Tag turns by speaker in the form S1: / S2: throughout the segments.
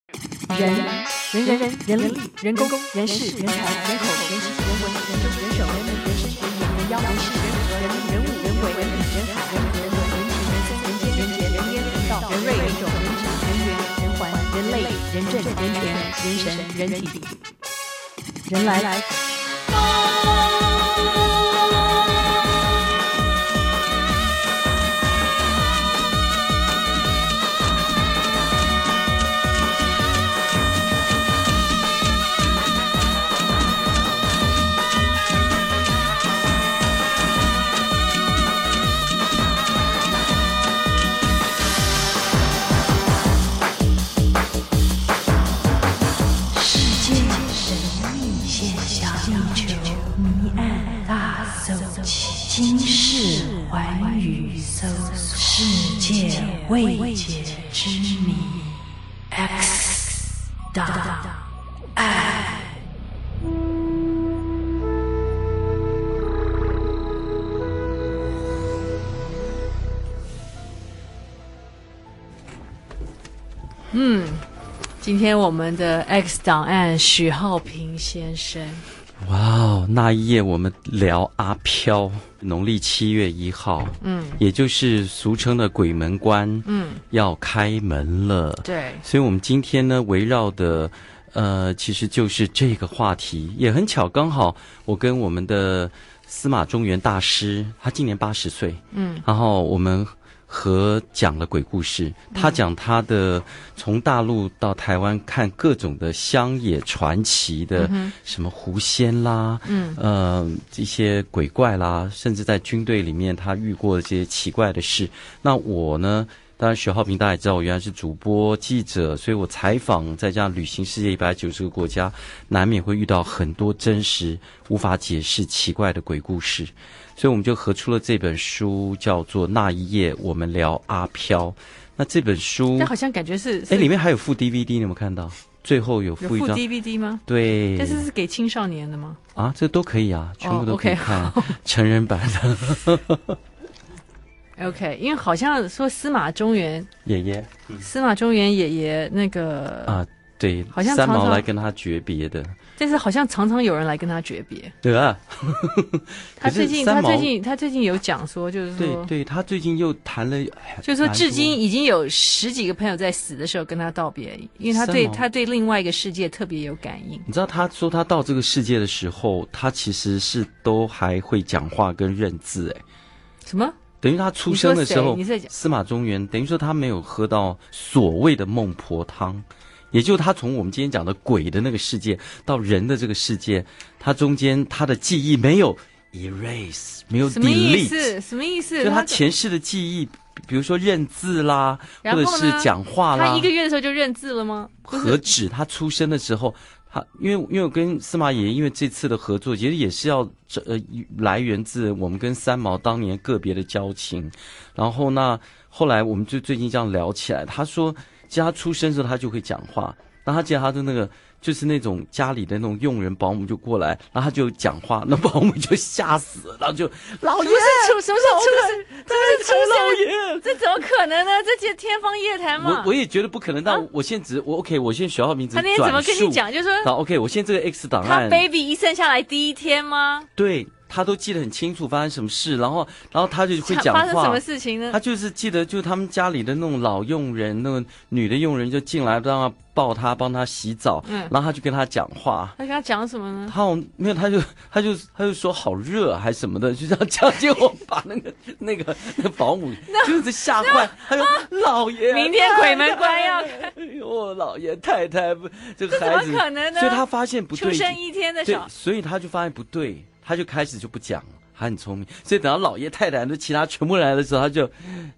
S1: 嗯人人人人人力人工人事人才人口人情人文人政人手人民人事人眼人妖人事人和人人物人鬼人理人海人人文人情人生人间人杰人烟人道人瑞人种人质人缘人环人类人政人权人神人体人来。
S2: 今世寰宇搜世界未解之谜，X 档案。
S3: 嗯，今天我们的 X 档案许浩平先生。
S4: 哇哦，那一夜我们聊阿飘，农历七月一号，
S3: 嗯，
S4: 也就是俗称的鬼门关，
S3: 嗯，
S4: 要开门了。
S3: 对，
S4: 所以我们今天呢，围绕的，呃，其实就是这个话题，也很巧，刚好我跟我们的司马中原大师，他今年八十岁，
S3: 嗯，
S4: 然后我们。和讲了鬼故事，
S3: 嗯
S4: 他讲他的从大陆到台湾看各种的乡野传奇的，什么狐仙啦，
S3: 嗯，
S4: 呃，这些鬼怪啦，甚至在军队里面他遇过这些奇怪的事。那我呢，当然徐浩平大家也知道，我原来是主播记者，所以我采访再加上旅行世界一百九十个国家，难免会遇到很多真实无法解释奇怪的鬼故事。所以我们就合出了这本书，叫做《那一夜我们聊阿飘》。那这本书
S3: 但，好像感觉是
S4: 哎，里
S3: 面
S4: 面还有附 DVD，你有没有看到？最后
S3: 有
S4: 有附一
S3: 附
S4: 张，
S3: DVD 吗？
S4: 对，
S3: 但是是给青少年的吗？
S4: 啊，这都可以啊，全部都可以
S3: 哦，OK，
S4: 看、 成人版的。
S3: OK，因为好像说司马中原，
S4: 爷爷
S3: 司马中原爷爷那个，
S4: 啊，对，
S3: 好像
S4: 三
S3: 常
S4: 毛
S3: 常
S4: 来跟他诀别的，
S3: 但是好像常常有人来跟他诀别。
S4: 对啊。
S3: 他
S4: 可是
S3: 最近，
S4: 三
S3: 他
S4: 毛
S3: 最近，他最近有讲说，就是
S4: 对
S3: 说，
S4: 对，他最近又谈了，哎
S3: 嗯就是说，
S4: 蛮
S3: 至
S4: 多
S3: 今已经有十几个朋友在死的时候跟他道别，因为他对
S4: 三毛
S3: 他对另外一个世界特别有感应。
S4: 你知道，他说他到这个世界的时候，他其实是都还会讲话跟认字，哎，
S3: 什么？
S4: 等于他出生的时候
S3: 你说谁你在，讲
S4: 司马中原等于说他没有喝到所谓的孟婆汤，也就是他从我们今天讲的鬼的那个世界到人的这个世界，他中间他的记忆没有 erase，没有
S3: 什么意
S4: delete，
S3: 思？什么意思？
S4: 就他
S3: 他
S4: 前世的记忆，比如说认字啦，或
S3: 然后
S4: 者
S3: 呢
S4: 是讲话啦，
S3: 他一个月的时候就认字了吗？不是
S4: 何止他出生的时候，他因为因为我跟司马爷因为这次的合作，其实也是要这呃来源自我们跟三毛当年个别的交情，然后那后来我们就最近这样聊起来，他说其实他出生的时候他就会讲话，那他记得他的那个。就是那种家里的那种佣人保姆就过来，然后他就讲话，那保姆就吓死了，然后就 老爷
S3: 出什么时候出生？
S4: 真的
S3: 出生
S4: 老爷，
S3: 这怎么可能呢？这些天方夜谭嘛
S4: 我！我也觉得不可能，但我现在只我 OK，我现在学校名字
S3: 啊他那天怎么跟你讲？就说
S4: 好，OK，我现在这个 X 档
S3: 他
S4: 案，
S3: baby 一生下来第一天吗？
S4: 对他都记得很清楚发生什么事，然后，然后他就会讲
S3: 发生什
S4: 话
S3: 么。事情呢
S4: 他？就是记得，就是他们家里的那种老佣人，那个女的佣人就进来，让他抱他，帮他洗澡，
S3: 嗯
S4: 然后他就跟他讲话。
S3: 他跟他讲什么呢？
S4: 他好像没有，他就他就他就说好热还是什么的，就这样讲，结果把那个 那个那个保姆就是吓坏，他就老爷，
S3: 明天鬼门关要
S4: 哎呦，老爷太太不这个
S3: 怎
S4: 孩
S3: 么
S4: 子，
S3: 可能呢
S4: 所以他发现不
S3: 出
S4: 对劲，
S3: 生一天的
S4: 对
S3: 小，，
S4: 所以他就发现不对，他就开始就不讲了。他很聪明，所以等到老爷太太那其他全部来的时候，他就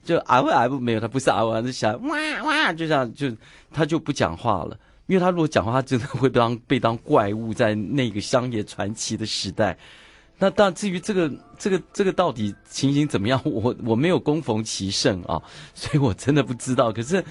S4: 就啊呜啊呜，没有，他不是啊呜，他就想哇哇，就这样就他就不讲话了。因为他如果讲话，他真的会被当被当怪物，在那个乡野传奇的时代。那但至于这个这个这个到底情形怎么样，我我没有攻逢其胜啊，所以我真的不知道。可是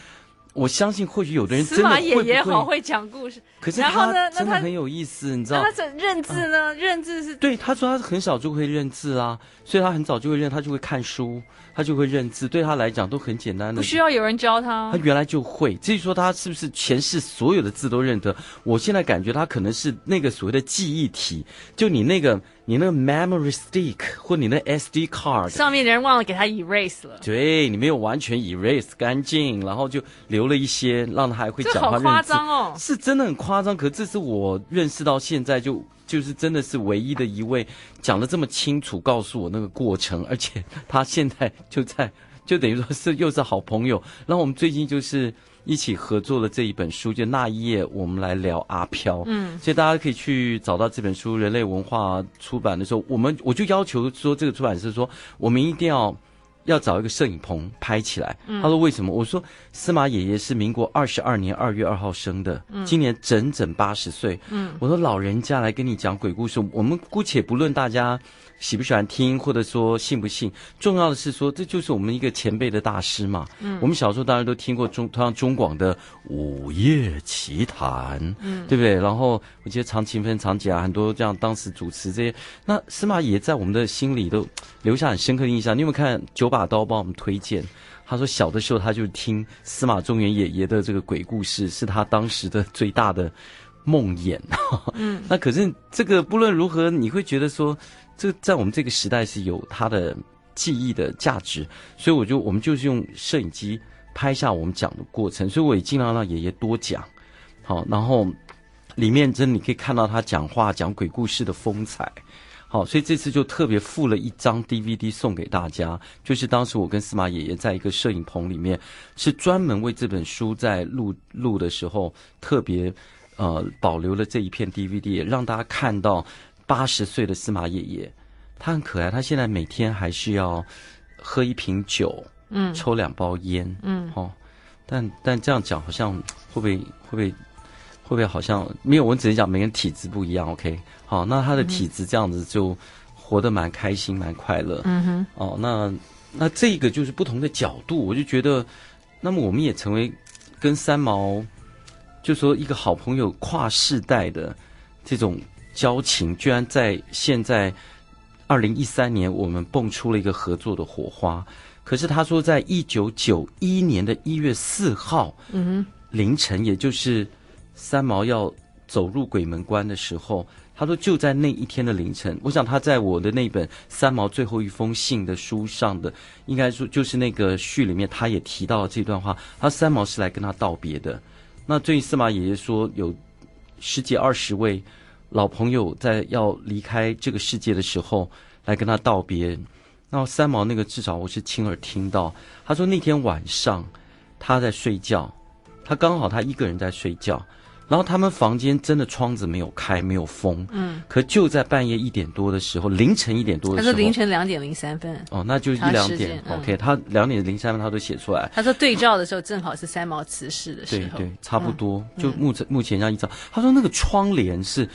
S4: 我相信或许有的人真
S3: 司
S4: 的
S3: 马
S4: 会
S3: 爷
S4: 不
S3: 爷好
S4: 会，
S3: 会讲故事，
S4: 可是
S3: 然后呢
S4: 他
S3: 那
S4: 真的
S3: 他
S4: 很有意思，你知
S3: 那
S4: 道啊
S3: 他？怎认字呢？认字是
S4: 对，他说他很小就会认字啊，所以他很早就会认，他就会看书，他就会认字，对他来讲都很简单的
S3: 不。需要啊有人教他
S4: 他。原来就会，至于说他是不是前世所有的字都认得，我现在感觉他可能是那个所谓的记忆体，就你那个你那个 memory stick 或你那 SD card，
S3: 上面的人忘了给他 erase 了，
S4: 对你没有完全 erase 干净，然后就留了一些，让他还会
S3: 这
S4: 讲
S3: 好
S4: 话
S3: 夸
S4: 认字，
S3: 张哦！
S4: 是真的很夸张。可这是我认识到现在就就是真的是唯一的一位讲的这么清楚，告诉我那个过程，而且他现在就在 就等于说是又是好朋友。然后我们最近就是一起合作了这一本书，就那一夜我们来聊阿飘，嗯，所以大家可以去找到这本书，人类文化出版的时候，我们我就要求说这个出版社说我们一定要。要找一个摄影棚拍起来。他说为什么？我说司马爷爷是民国二十二年二月二号生的，今年整整八十岁。嗯，我说老人家来跟你讲鬼故事，我们姑且不论大家喜不喜欢听，或者说信不信，重要的是说这就是我们一个前辈的大师嘛。嗯，我们小时候当然都听过中，同样中广的《午夜奇谈》，嗯，对不对？然后我记得常勤奋、常姐啊，很多这样当时主持这些，那司马爷在我们的心里都留下很深刻的印象。你有没有看九把刀帮我们推荐？他说小的时候他就听司马中原爷爷的这个鬼故事，是他当时的最大的梦魇。嗯， 那可是这个不论如何，你会觉得说，这在我们这个时代是有它的记忆的价值，所以我就我们就是用摄影机拍下我们讲的过程，所以我也尽量让爷爷多讲，好，然后里面真的你可以看到他讲话讲鬼故事的风采。好，所以这次就特别附了一张 DVD 送给大家，就是当时我跟司马爷爷在一个摄影棚里面，是专门为这本书在录录的时候特别呃保留了这一片 DVD，也让大家看到八十岁的司马爷爷，他很可爱，他现在每天还是要喝一瓶酒，嗯，抽两包烟，嗯，哦，但但这样讲好像会不会会不会会不会好像没有？我只是讲每个人体质不一样，OK，好，那他的体质这样子就活得蛮开心，蛮快乐，嗯哼，哦，那那这个就是不同的角度，我就觉得，那么我们也成为跟三毛。就说一个好朋友跨世代的这种交情，居然在现在二零一三年，我们蹦出了一个合作的火花。可是他说，在一九九一年的一月四号，嗯凌晨，也就是三毛要走入鬼门关的时候，他说就在那一天的凌晨，我想他在我的那本《三毛最后一封信》的书上的，应该说就是那个序里面，他也提到了这段话。他三毛是来跟他道别的。那最近司马爷爷说有十几二十位老朋友在要离开这个世界的时候来跟他道别。那三毛那个至少我是亲耳听到，他说那天晚上他在睡觉，他刚好他一个人在睡觉，然后他们房间真的窗子没有开，没有风，嗯，可就在半夜一点多的时候，凌晨一点多
S3: 他
S4: 的
S3: 说
S4: 时
S3: 凌
S4: 候，
S3: 晨两点零三分，
S4: 哦，那就一
S3: 他
S4: 两
S3: 时
S4: 点
S3: 间、嗯
S4: o k 他两点零三分他都写出来，
S3: 他说对照的时候正好是三毛辞世的时
S4: 对
S3: 候，嗯
S4: 对，差不多。就目前目前这样一张，他说那个窗帘是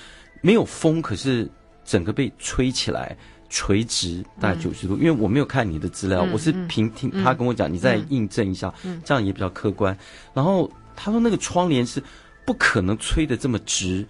S4: 没有风，可是整个被吹起来，垂直大
S3: 嗯
S4: 概九十度。因为我没有看你的资料，我是凭听他跟我讲，你
S3: 嗯
S4: 再印证一下，这样也比较客观。然后他说那个窗帘是不可能吹得这么直。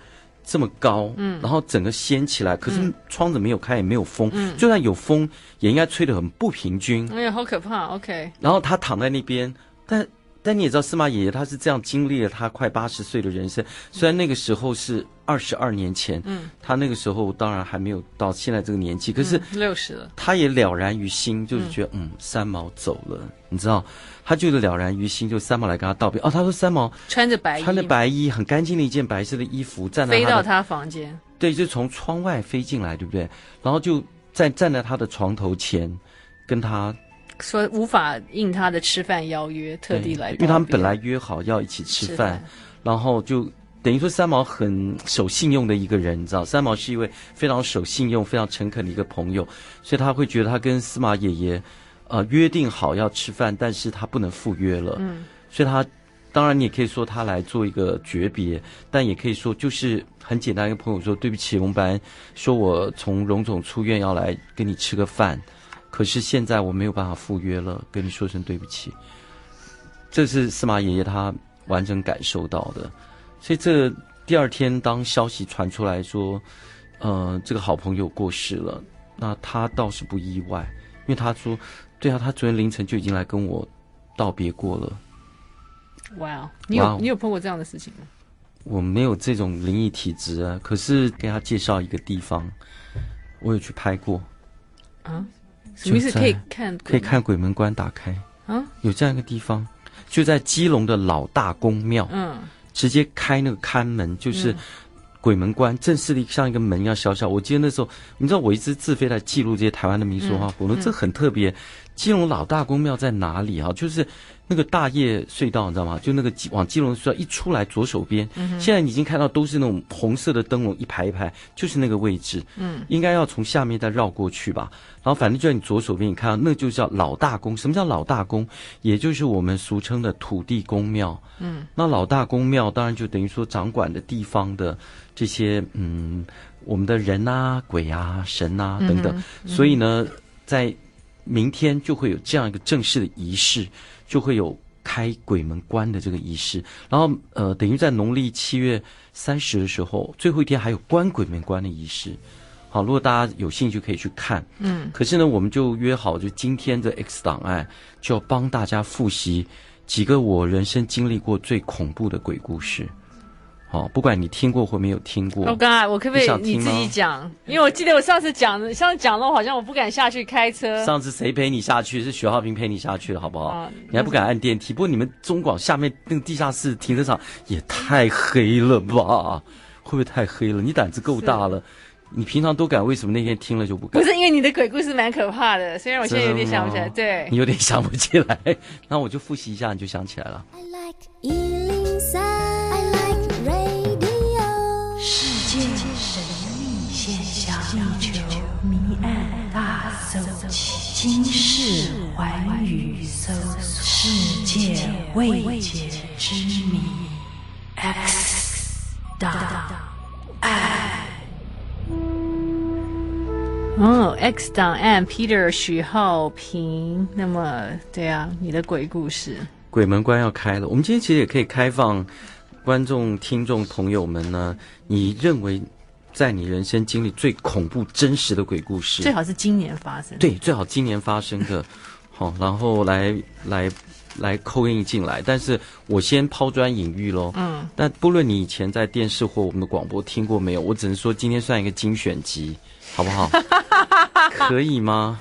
S4: 这么高，嗯，然后整个掀起来，可
S3: 嗯
S4: 是窗子没有开，也没有风，就算有风，也应该吹得很不平均，
S3: 哎呀，好可怕！OK，
S4: 然后他躺在那边，但但你也知道，司马爷爷他是这样经历了他快八十岁的人生。虽然那个时候是二十二年前，嗯，他那个时候当然还没有到现在这个年纪，可是
S3: 嗯六十了，
S4: 他也了然于心，就是觉得嗯三毛走了，你知道，他就是了然于心，就三毛来跟他道别。哦，他说三毛
S3: 穿着白衣，
S4: 穿着白衣，很干净的一件白色的衣服，站在
S3: 飞
S4: 他的
S3: 到他房间，
S4: 对，就从窗外飞进来，对不对？然后就站站在他的床头前，跟他
S3: 说无法应他的吃饭邀约，特地
S4: 对
S3: 来道
S4: 因
S3: 别，
S4: 为他们本来约好要一起吃
S3: 吃
S4: 饭
S3: 饭，
S4: 然后就等于说三毛很守信用的一个人，你知道，三毛是一位非常守信用、非常诚恳的一个朋友，所以他会觉得他跟司马爷爷，呃，约定好要吃饭，但是他不能赴约了，嗯，所以他。当然，你也可以说他来做一个诀别，但也可以说就是很简单，跟朋友说对不起，我们本来说我从荣总出院要来跟你吃个饭，可是现在我没有办法赴约了，跟你说声对不起。这是司马爷爷他完整感受到的。所以这第二天，当消息传出来说，呃，这个好朋友过世了，那他倒是不意外，因为他说，对啊，他昨天凌晨就已经来跟我道别过了。
S3: 哇哦，你
S4: 哇哦
S3: 有你有碰过这样的事情吗？
S4: 我没有这种灵异体质啊，可是给他介绍一个地方，我有去拍过，
S3: 啊，什么意思？
S4: 就在
S3: 可以看
S4: 可以看鬼门关打开，
S3: 啊，
S4: 有这样一个地方，就在基隆的老大公庙，
S3: 嗯
S4: 直接开那个看门，就是
S3: 嗯
S4: 鬼门关，正式的像一个门一样小小。我记得那时候，你知道我一直自费来记录这些台湾的民俗化活动，这很特别。基隆老大公庙在哪里啊？就是那个大叶隧道，你知道吗？就那个基往基隆隧道一出来，左手边，嗯现在已经看到都是那种红色的灯笼，一排一排，就是那个位置。
S3: 嗯，
S4: 应该要从下面再绕过去吧。然后反正就在你左手边，你看到那就叫老大公。什么叫老大公？也就是我们俗称的土地公庙。
S3: 嗯，
S4: 那老大公庙当然就等于说掌管的地方的这些嗯，我们的人啊、鬼啊、神啊等等。所以呢，在明天就会有这样一个正式的仪式，就会有开鬼门关的这个仪式。然后呃，等于在农历七月三十的时候，最后一天还有关鬼门关的仪式。好，如果大家有兴趣可以去看。
S3: 嗯，
S4: 可是呢，我们就约好，就今天的 X 档案就要帮大家复习几个我人生经历过最恐怖的鬼故事。好，不管你听过或没有听过，
S3: 我哦刚才我可不可
S4: 你
S3: 以
S4: 想
S3: 你
S4: 听
S3: 自
S4: 吗
S3: 己讲？因为我记得我上次讲的，上次讲了，我好像我不敢下去开车。
S4: 上次谁陪你下去？是徐浩平陪你下去的，好不好？
S3: 啊
S4: 你还不敢按电梯？不过你们中广下面那个地下室停车场也太黑了吧？会不会太黑了？你胆子够大了，你平常都敢，为什么那天听了就不敢
S3: 不？是因为你的鬼故事蛮可怕的，虽然我现在有点想不起来。
S4: 真
S3: 对
S4: 你，有点想不起来， 那我就复习一下，你就想起来了。
S5: I like Ealing Sound. I like radio.
S2: 世界神秘现象，地球谜案大搜奇，今世寰宇搜索世界未解之谜。X 档
S3: 嗯，X 档案 Peter 许浩平，那么对啊，你的鬼故事，
S4: 鬼门关要开了，我们今天其实也可以开放观众、听众朋友们呢，你认为在你人生经历最恐怖、真实的鬼故事，
S3: 最好是今年发生。，
S4: 对，最好今年发生的， 好，然后来来来扣印进来。但是我先抛砖引玉喽。
S3: 嗯，
S4: 那不论你以前在电视或我们的广播听过没有，我只能说今天算一个精选集，好不 好？可以吗？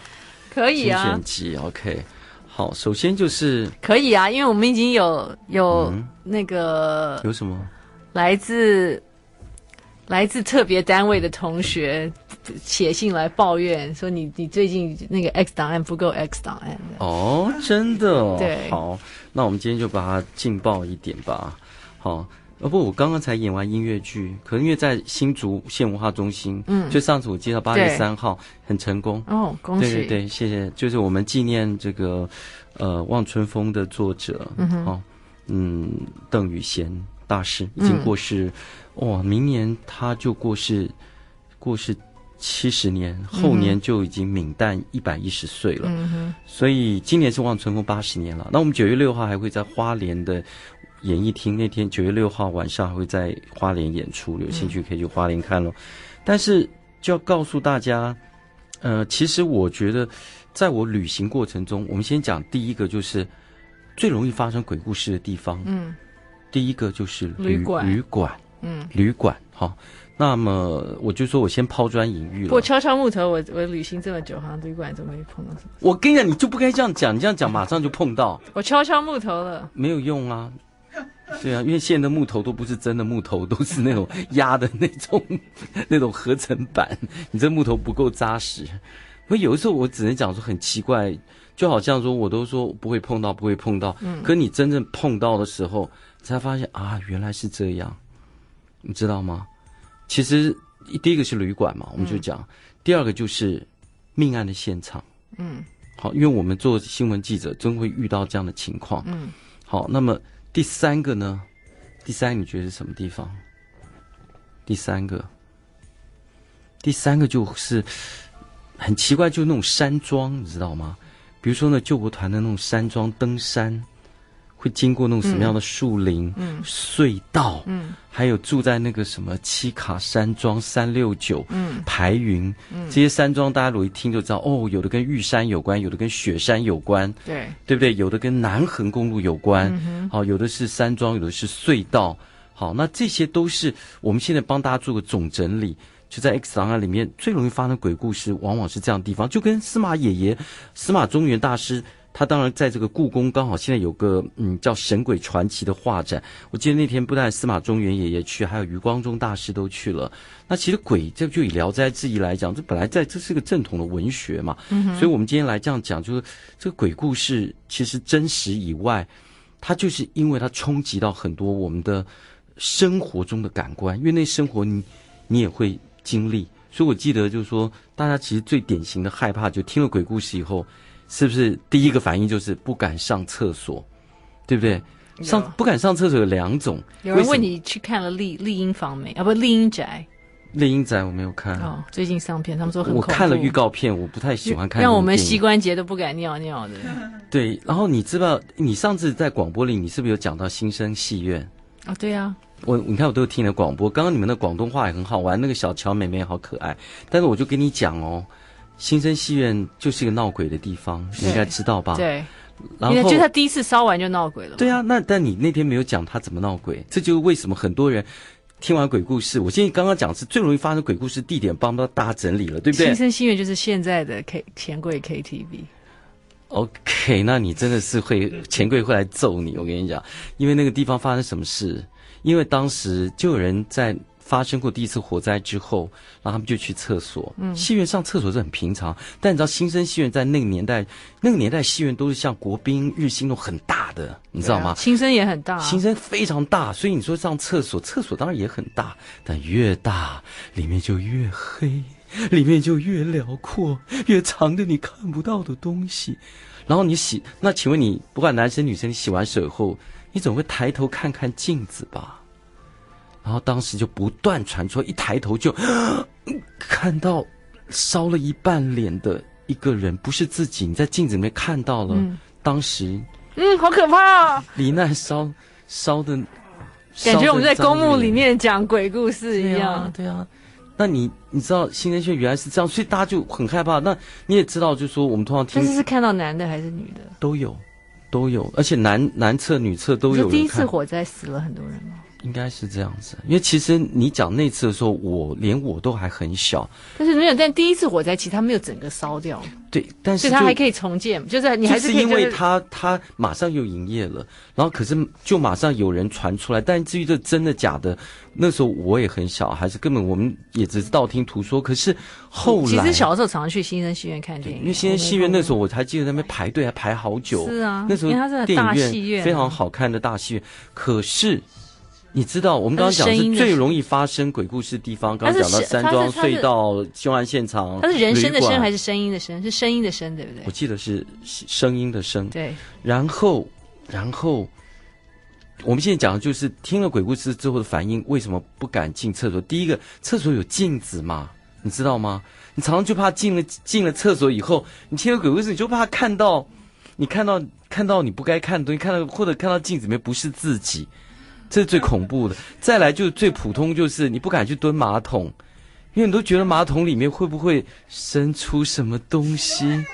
S3: 可以
S4: 精
S3: 啊
S4: 选，集，OK。好，首先就是
S3: 可以啊，因为我们已经有有
S4: 嗯
S3: 那个
S4: 有什么？
S3: 来自来自特别单位的同学写信来抱怨说你你最近那个 X 档案不够 X 档案的。
S4: 哦，真的哦。
S3: 对
S4: 好，那我们今天就把它劲爆一点吧。好，哦不，我刚刚才演完音乐剧，可能因为在新竹县文化中心，
S3: 嗯
S4: 就上次我介绍八月
S3: 对
S4: 三号很成功。
S3: 哦，恭
S4: 对
S3: 喜！
S4: 对对，谢谢。就是我们纪念这个，呃，《望春风》的作者，嗯哦，嗯，邓宇贤大师已经过世，
S3: 嗯
S4: 哇、明年他就过世，过世七十年，后年就已经泯淡一百一十岁了。
S3: 嗯哼，
S4: 所以今年是望春风八十年了。那我们九月六号还会在花莲的演艺厅，那天九月六号晚上还会在花莲演出，有兴趣可以去花莲看咯。但是就要告诉大家，呃，其实我觉得，在我旅行过程中，我们先讲第一个就是最容易发生鬼故事的地方，
S3: 嗯
S4: 第一个就是
S3: 旅馆
S4: 旅馆，
S3: 嗯。
S4: 旅馆。好，那么我就说我先抛砖引玉了
S3: 我。敲敲木头，我我旅行这么久，好像旅馆怎么没碰到什么？
S4: 我跟你讲，你就不该这样讲，你这样讲马上就碰到。
S3: 我敲敲木头了，
S4: 没有用啊。对啊，因为现在的木头都不是真的木头，都是那种压的那种 那种合成板，你这木头不够扎实。我有的时候我只能讲说很奇怪，就好像说我都说不会碰到，不会碰到，可你真正碰到的时候，才发现啊，原来是这样，你知道吗？其实第一个是旅馆嘛，我们就讲；第二个就是命案的现场。
S3: 嗯，
S4: 好，因为我们做新闻记者，真会遇到这样的情况。
S3: 嗯，
S4: 好，那么第三个呢？第三你觉得是什么地方？第三个，第三个就是很奇怪，就是那种山庄，你知道吗？比如说呢，救国团的那种山庄登山，会经过那种什么样的树林、
S3: 嗯
S4: 隧道，
S3: 嗯
S4: 还有住在那个什么七卡山庄、三六九、
S3: 嗯
S4: 排云、这些山庄，大家如果一听就知道，哦，有的跟玉山有关，有的跟雪山有关，
S3: 对，
S4: 对不对？有的跟南横公路有关，好、有的是山庄，有的是隧道，好，那这些都是我们现在帮大家做个总整理。就在 X 档案里面最容易发生鬼故事，往往是这样的地方，就跟司马爷爷、司马中原大师。他当然在这个故宫，刚好现在有个嗯叫《神鬼传奇》的画展。我记得那天不但司马中原爷爷去，还有余光中大师都去了。那其实鬼，这就以《聊斋志异》来讲，这本来在这是个正统的文学嘛，所以我们今天来这样讲，就是这个鬼故事其实真实以外，它就是因为它冲击到很多我们的生活中的感官，因为那生活你你也会经历。所以我记得就是说，大家其实最典型的害怕，就听了鬼故事以后，是不是第一个反应就是不敢上厕所，对不对？上不敢上厕所有两种，
S3: 有人
S4: 为什
S3: 问
S4: 么
S3: 你去看了丽丽英房没？啊，不，丽英宅
S4: 猎鹰仔我没有看，
S3: 哦，最近上片，他们说很
S4: 嗯我
S3: 恐怖
S4: 看了预，告片，我不太喜欢看那种电影。
S3: 让我们膝关节都不敢尿尿的。
S4: 对，然后你知道，你上次在广播里，你是不是有讲到新生戏院？
S3: 啊，对啊，
S4: 我你看我都有听你的广播，刚刚你们的广东话也很好玩，那个小乔妹妹也好可爱。但是我就跟你讲哦，新生戏院就是一个闹鬼的地方，你应该知道吧？。
S3: 对，
S4: 然
S3: 因为
S4: 后
S3: 就他第一次烧完就闹鬼了嘛。
S4: 对啊，那但你那天没有讲他怎么闹鬼，这就是为什么很多人听完鬼故事，我建议刚刚讲是最容易发生鬼故事地点，帮到大家整理了，对不对
S3: 新生戏院就是现在的 K 钱柜 KTV，
S4: OK，那你真的是会钱柜会来揍你，我跟你讲，因为那个地方发生什么事？因为当时就有人在发生过第一次火灾之后，然后他们就去厕所。嗯，戏院上厕所是很平常，但你知道新生戏院在那个年代，那个年代戏院都是像国宾、日新那种很大的，你知道吗？
S3: 新生也很大、啊
S4: 新。生非常大，所以你说上厕所，厕所当然也很大，但越大里面就越黑，里面就越辽阔，越藏着你看不到的东西。然后你洗，那请问你不管男生女生，你洗完手以后，你总会抬头看看镜子吧？然后当时就不断传出，一抬头就嗯看到烧了一半脸的一个人，不是自己，你在镜子里面看到了，当时
S3: 嗯，好可怕、哦，
S4: 罹难烧烧的，
S3: 感觉我们在
S4: 烧得
S3: 公墓里
S4: 脏
S3: 面讲鬼故事
S4: 对
S3: 一
S4: 啊
S3: 样。，
S4: 对啊。那你你知道新生学原来是这样，所以大家就很害怕。那你也知道，就说我们通常
S3: 但是
S4: 听
S3: 是看到男的还是女的？
S4: 都有，都有，而且男男侧女侧都
S3: 你
S4: 有
S3: 说第
S4: 人
S3: 一次
S4: 看，
S3: 火灾死了很多人吗？
S4: 应该是这样子。因为其实你讲那次的时候，我连我都还很小，
S3: 但是没有，但第一次火灾其实它没有整个烧掉，
S4: 对，但
S3: 所以
S4: 是
S3: 它
S4: 就
S3: 还可以重建，就是你还
S4: 就
S3: 可
S4: 是
S3: 以、
S4: 因为他他马上又营业了，然后可是就马上有人传出来，但至于这真的假的，那时候我也很小，还是根本我们也只是道听途说。可是后
S3: 其
S4: 来，
S3: 实小的时候常常去新生戏院看
S4: 对
S3: 电影，啊
S4: 因为新生戏院那时
S3: 候
S4: 候我还记得在那边排队还排好久，
S3: 是啊
S4: 那时候
S3: 因为它是很
S4: 电
S3: 大
S4: 影
S3: 戏院啊
S4: 非常好看的大戏院，可是。你知道，我们刚刚讲
S3: 它是声音
S4: 是
S3: 的
S4: 最容易发生鬼故事的地方，刚刚
S3: 它
S4: 讲
S3: 是
S4: 到
S3: 是
S4: 山
S3: 它是它
S4: 庄、
S3: 是
S4: 隧道、凶案现场，
S3: 它是人声的
S4: 旅
S3: 声
S4: 馆
S3: 还是声音的声？是声音的声，对不对
S4: 我？记得是声音的声，
S3: 对，
S4: 然后，然后，我们现在讲的就是听了鬼故事之后的反应，为什么不敢进厕所？第一个，厕所有镜子嘛，你知道吗？你常常就怕进了进了厕所以后，你听了鬼故事，你就怕看到，你看到看到你不该看的东西，看到或者看到镜子里面不是自己，这是最恐怖的。再来就是最普通，就是你不敢去蹲马桶，因为你都觉得马桶里面会不会伸出什么东西。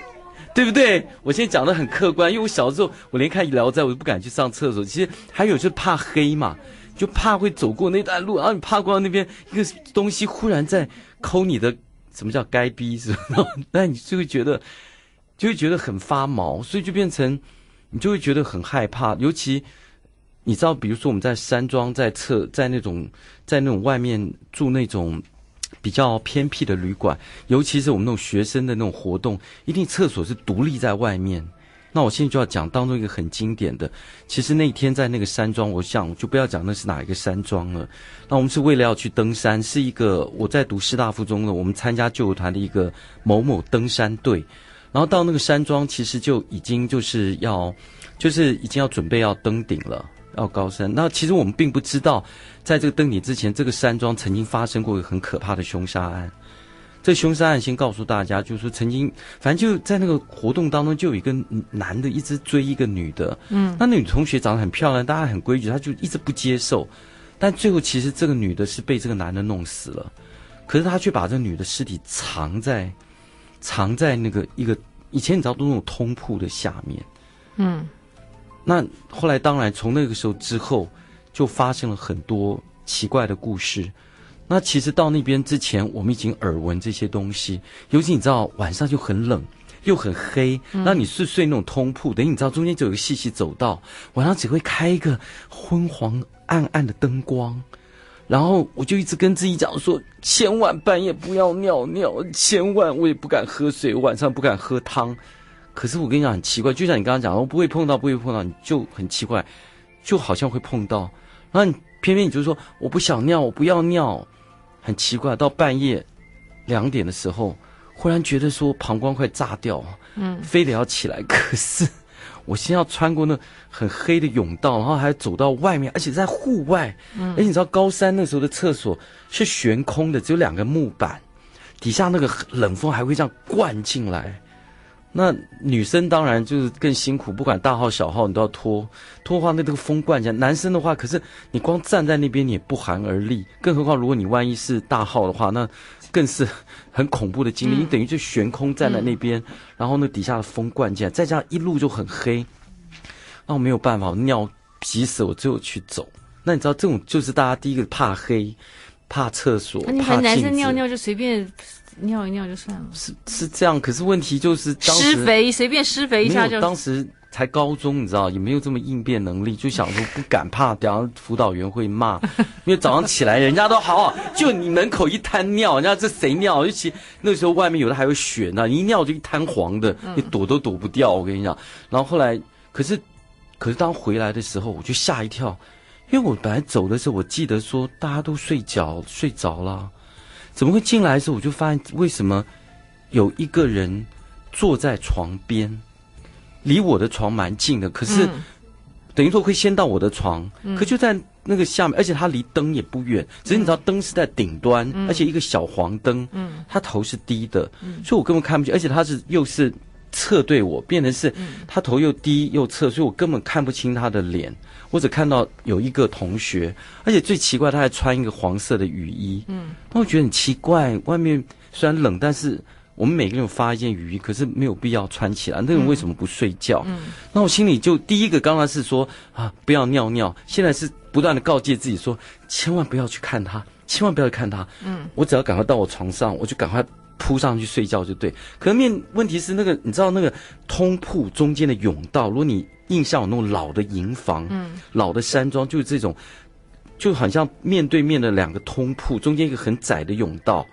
S4: 对不对？我现在讲的很客观，因为我小时候我连看《聊斋》我都不敢去上厕所。其实还有就是怕黑嘛，就怕会走过那段路，啊然后你怕过到那边一个东西忽然在抠你的，什么叫该逼是吧？ 那你就会觉得，就会觉得很发毛，所以就变成你就会觉得很害怕。尤其你知道，比如说我们在山庄、在厕、在那种在那种外面住那种比较偏僻的旅馆，尤其是我们那种学生的那种活动，一定厕所是独立在外面。那我现在就要讲当中一个很经典的，其实那天在那个山庄，我想我就不要讲那是哪一个山庄了。那我们是为了要去登山，是一个我在读师大附中的，我们参加救友团的一个某某登山队。然后到那个山庄，其实就已经就是要，就是已经要准备要登顶了，要高山。那其实我们并不知道，在这个登顶之前，这个山庄曾经发生过一个很可怕的凶杀案。这凶杀案先告诉大家，就是说曾经，反正就在那个活动当中，就有一个男的一直追一个女的，嗯，那女同学长得很漂亮，大家很规矩，她就一直不接受，但最后其实这个女的是被这个男的弄死了，可是他却把这女的尸体藏在藏在那个一个以前你知道都那种通铺的下面。
S3: 嗯，
S4: 那后来当然从那个时候之后，就发生了很多奇怪的故事。那其实到那边之前，我们已经耳闻这些东西，尤其你知道晚上就很冷。又很黑，那你是睡那种通铺，等于你知道中间就有一个细细走道，晚上只会开一个昏黄暗暗的灯光，然后我就一直跟自己讲说，千万半夜不要尿尿，千万我也不敢喝水，我晚上不敢喝汤，可是我跟你讲很奇怪，就像你刚刚讲，我哦不会碰到，不会碰到，你就很奇怪，就好像会碰到，然后你偏偏你就说我不想尿，我不要尿，很奇怪。到半夜两点的时候，忽然觉得说膀胱快炸掉，嗯，非得要起来，可是我先要穿过那很黑的甬道，然后还走到外面，而且在户外，嗯，而且你知道高三那时候的厕所是悬空的，只有两个木板，底下那个冷风还会这样灌进来。那女生当然就是更辛苦，不管大号小号你都要拖，拖的话那这个风灌起来。男生的话，可是你光站在那边你也不寒而栗，更何况如果你万一是大号的话，那更是很恐怖的经历。
S3: 嗯
S4: 你等于就悬空站在那边，然后那底下的风灌进来，再加上一路就很黑，那我没有办法，我尿急死我，只有去走。那你知道这种就是大家第一个怕黑，怕厕所，
S3: 那你
S4: 怕
S3: 很男
S4: 镜
S3: 生
S4: 子，
S3: 尿尿就随便尿一尿就算了，
S4: 是是这样。可是问题就是当时
S3: 施肥随便施肥一下
S4: 没
S3: 就
S4: 有，当时才高中，你知道，也没有这么应变能力，就想说不敢怕，等下辅导员 会骂。因为早上起来，人家都好好，就你门口一滩尿，人家这谁尿？尤其那时候外面有的还有雪呢，你一尿就一滩黄的，
S3: 嗯
S4: 你躲都躲不掉。我跟你讲，然后后来，可是，可是当回来的时候，我就吓一跳，因为我本来走的时候，我记得说大家都睡觉睡着了，怎么会进来的时候我就发现为什么有一个人坐在床边，离我的床蛮近的，可
S3: 嗯
S4: 是等于说会先到我的床，可就在那个下面，而且他离灯也不远，只是你知道灯是在顶端，而且一个小黄灯，他头是低的，所以我根本看不见，而且他是又是侧对我，变成是他头又低又侧，所以我根本看不清他的脸，我只看到有一个同学，而且最奇怪，他还穿一个黄色的雨衣，嗯，那我觉得很奇怪，外面虽然冷，但是。我们每个人有发一件雨衣，可是没有必要穿起来。那个人为什么不睡觉？那我心里就第一个刚刚是说啊，不要尿尿，现在是不断的告诫自己说，千万不要去看他，千万不要去看他。嗯，我只要赶快到我床上，我就赶快扑上去睡觉就对。可是面问题是那个，你知道那个通铺中间的甬道，如果你印象有那种老的营房，嗯，老的山庄，就是这种，就好像面对面的两个通铺，中间一个很窄的甬道。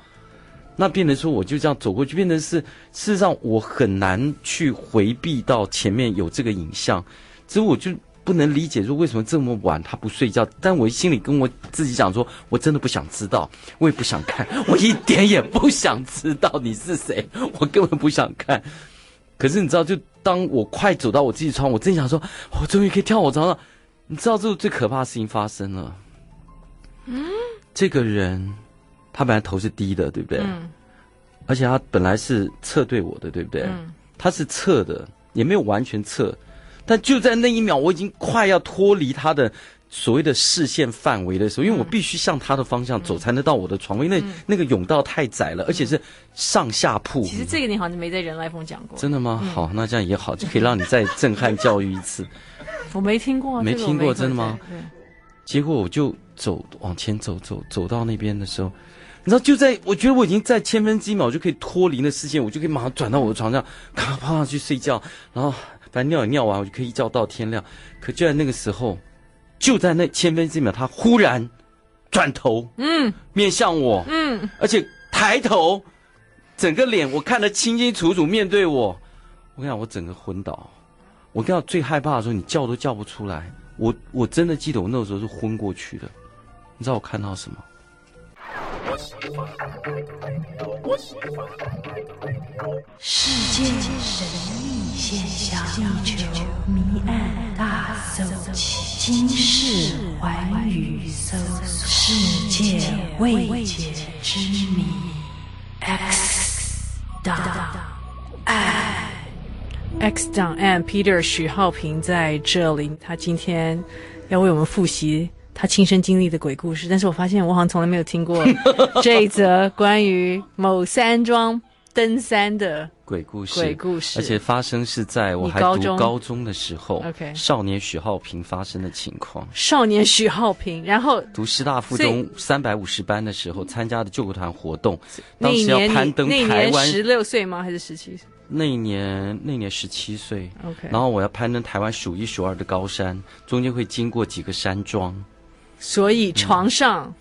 S4: 那变成说，我就这样走过去，变成是事实上我很难去回避到前面有这个影像，所以我就不能理解说为什么这么晚他不睡觉。但我心里跟我自己讲说，我真的不想知道，我也不想看，我一点也不想知道你是谁，我根本不想看。可是你知道，就当我快走到我自己床，我真想说，我终于可以跳我床上。你知道，这是最可怕的事情发生了。嗯，这个人他本来头是低的，对不对？
S3: 嗯
S4: 而且他本来是侧对我的，对不对？
S3: 嗯
S4: 他是侧的，也没有完全侧，但就在那一秒，我已经快要脱离他的所谓的视线范围的时候，
S3: 嗯
S4: 因为我必须向他的方向走，才能到我的床位，因为那个甬道太窄了，而且是上下铺。
S3: 嗯其实嗯这个你好像没在人来疯讲过，
S4: 真的吗？好，那这样也好，就可以让你再震撼教育一次。
S3: 我没听过啊，
S4: 没
S3: 这个我
S4: 听过
S3: 没
S4: 真的吗
S3: 对？对
S4: 结果我就走往前走走走到那边的时候，你知道就在我觉得我已经在千分之一秒就可以脱离那视线，我就可以马上转到我的床上，咔趴上去睡觉，然后反正尿也尿完，我就可以一觉到天亮。可就在那个时候，就在那千分之一秒，他忽然转头，
S3: 嗯
S4: 面向我，
S3: 嗯，
S4: 而且抬头，整个脸我看得清清楚楚，面对我，我跟你讲，我整个昏倒。我跟你讲，最害怕的时候，你叫都叫不出来。我我真的记得我那时候是昏过去的。你知道我看到什么？
S2: 世间神秘现象，力求谜案大搜奇，今世寰宇搜索世界未解之谜。 X 档案
S3: X 档案 Peter 许浩平在这里，他今天要为我们复习他亲身经历的鬼故事。但是我发现我好像从来没有听 过这一则关于某山庄登山的
S4: 鬼故事，
S3: 鬼故事
S4: 而且发生是在我
S3: 你
S4: 还
S3: 高
S4: 读
S3: 中
S4: 高中的时候
S3: OK
S4: 少年许浩平发生的情况。
S3: 少年许浩平。然后
S4: 读师大附
S3: 所以
S4: 中三百五十班的时候，参加的救国团活动，
S3: 那
S4: 当
S3: 一
S4: 时要
S3: 年
S4: 攀
S3: 你
S4: 登
S3: 那一
S4: 台
S3: 年
S4: 湾
S3: 十六岁吗？还是十七岁
S4: 那一年那一年十七岁
S3: ？OK，
S4: 然后我要攀登台湾数一数二的高山，中间会经过几个山庄。
S3: 所以
S4: 嗯
S3: 床上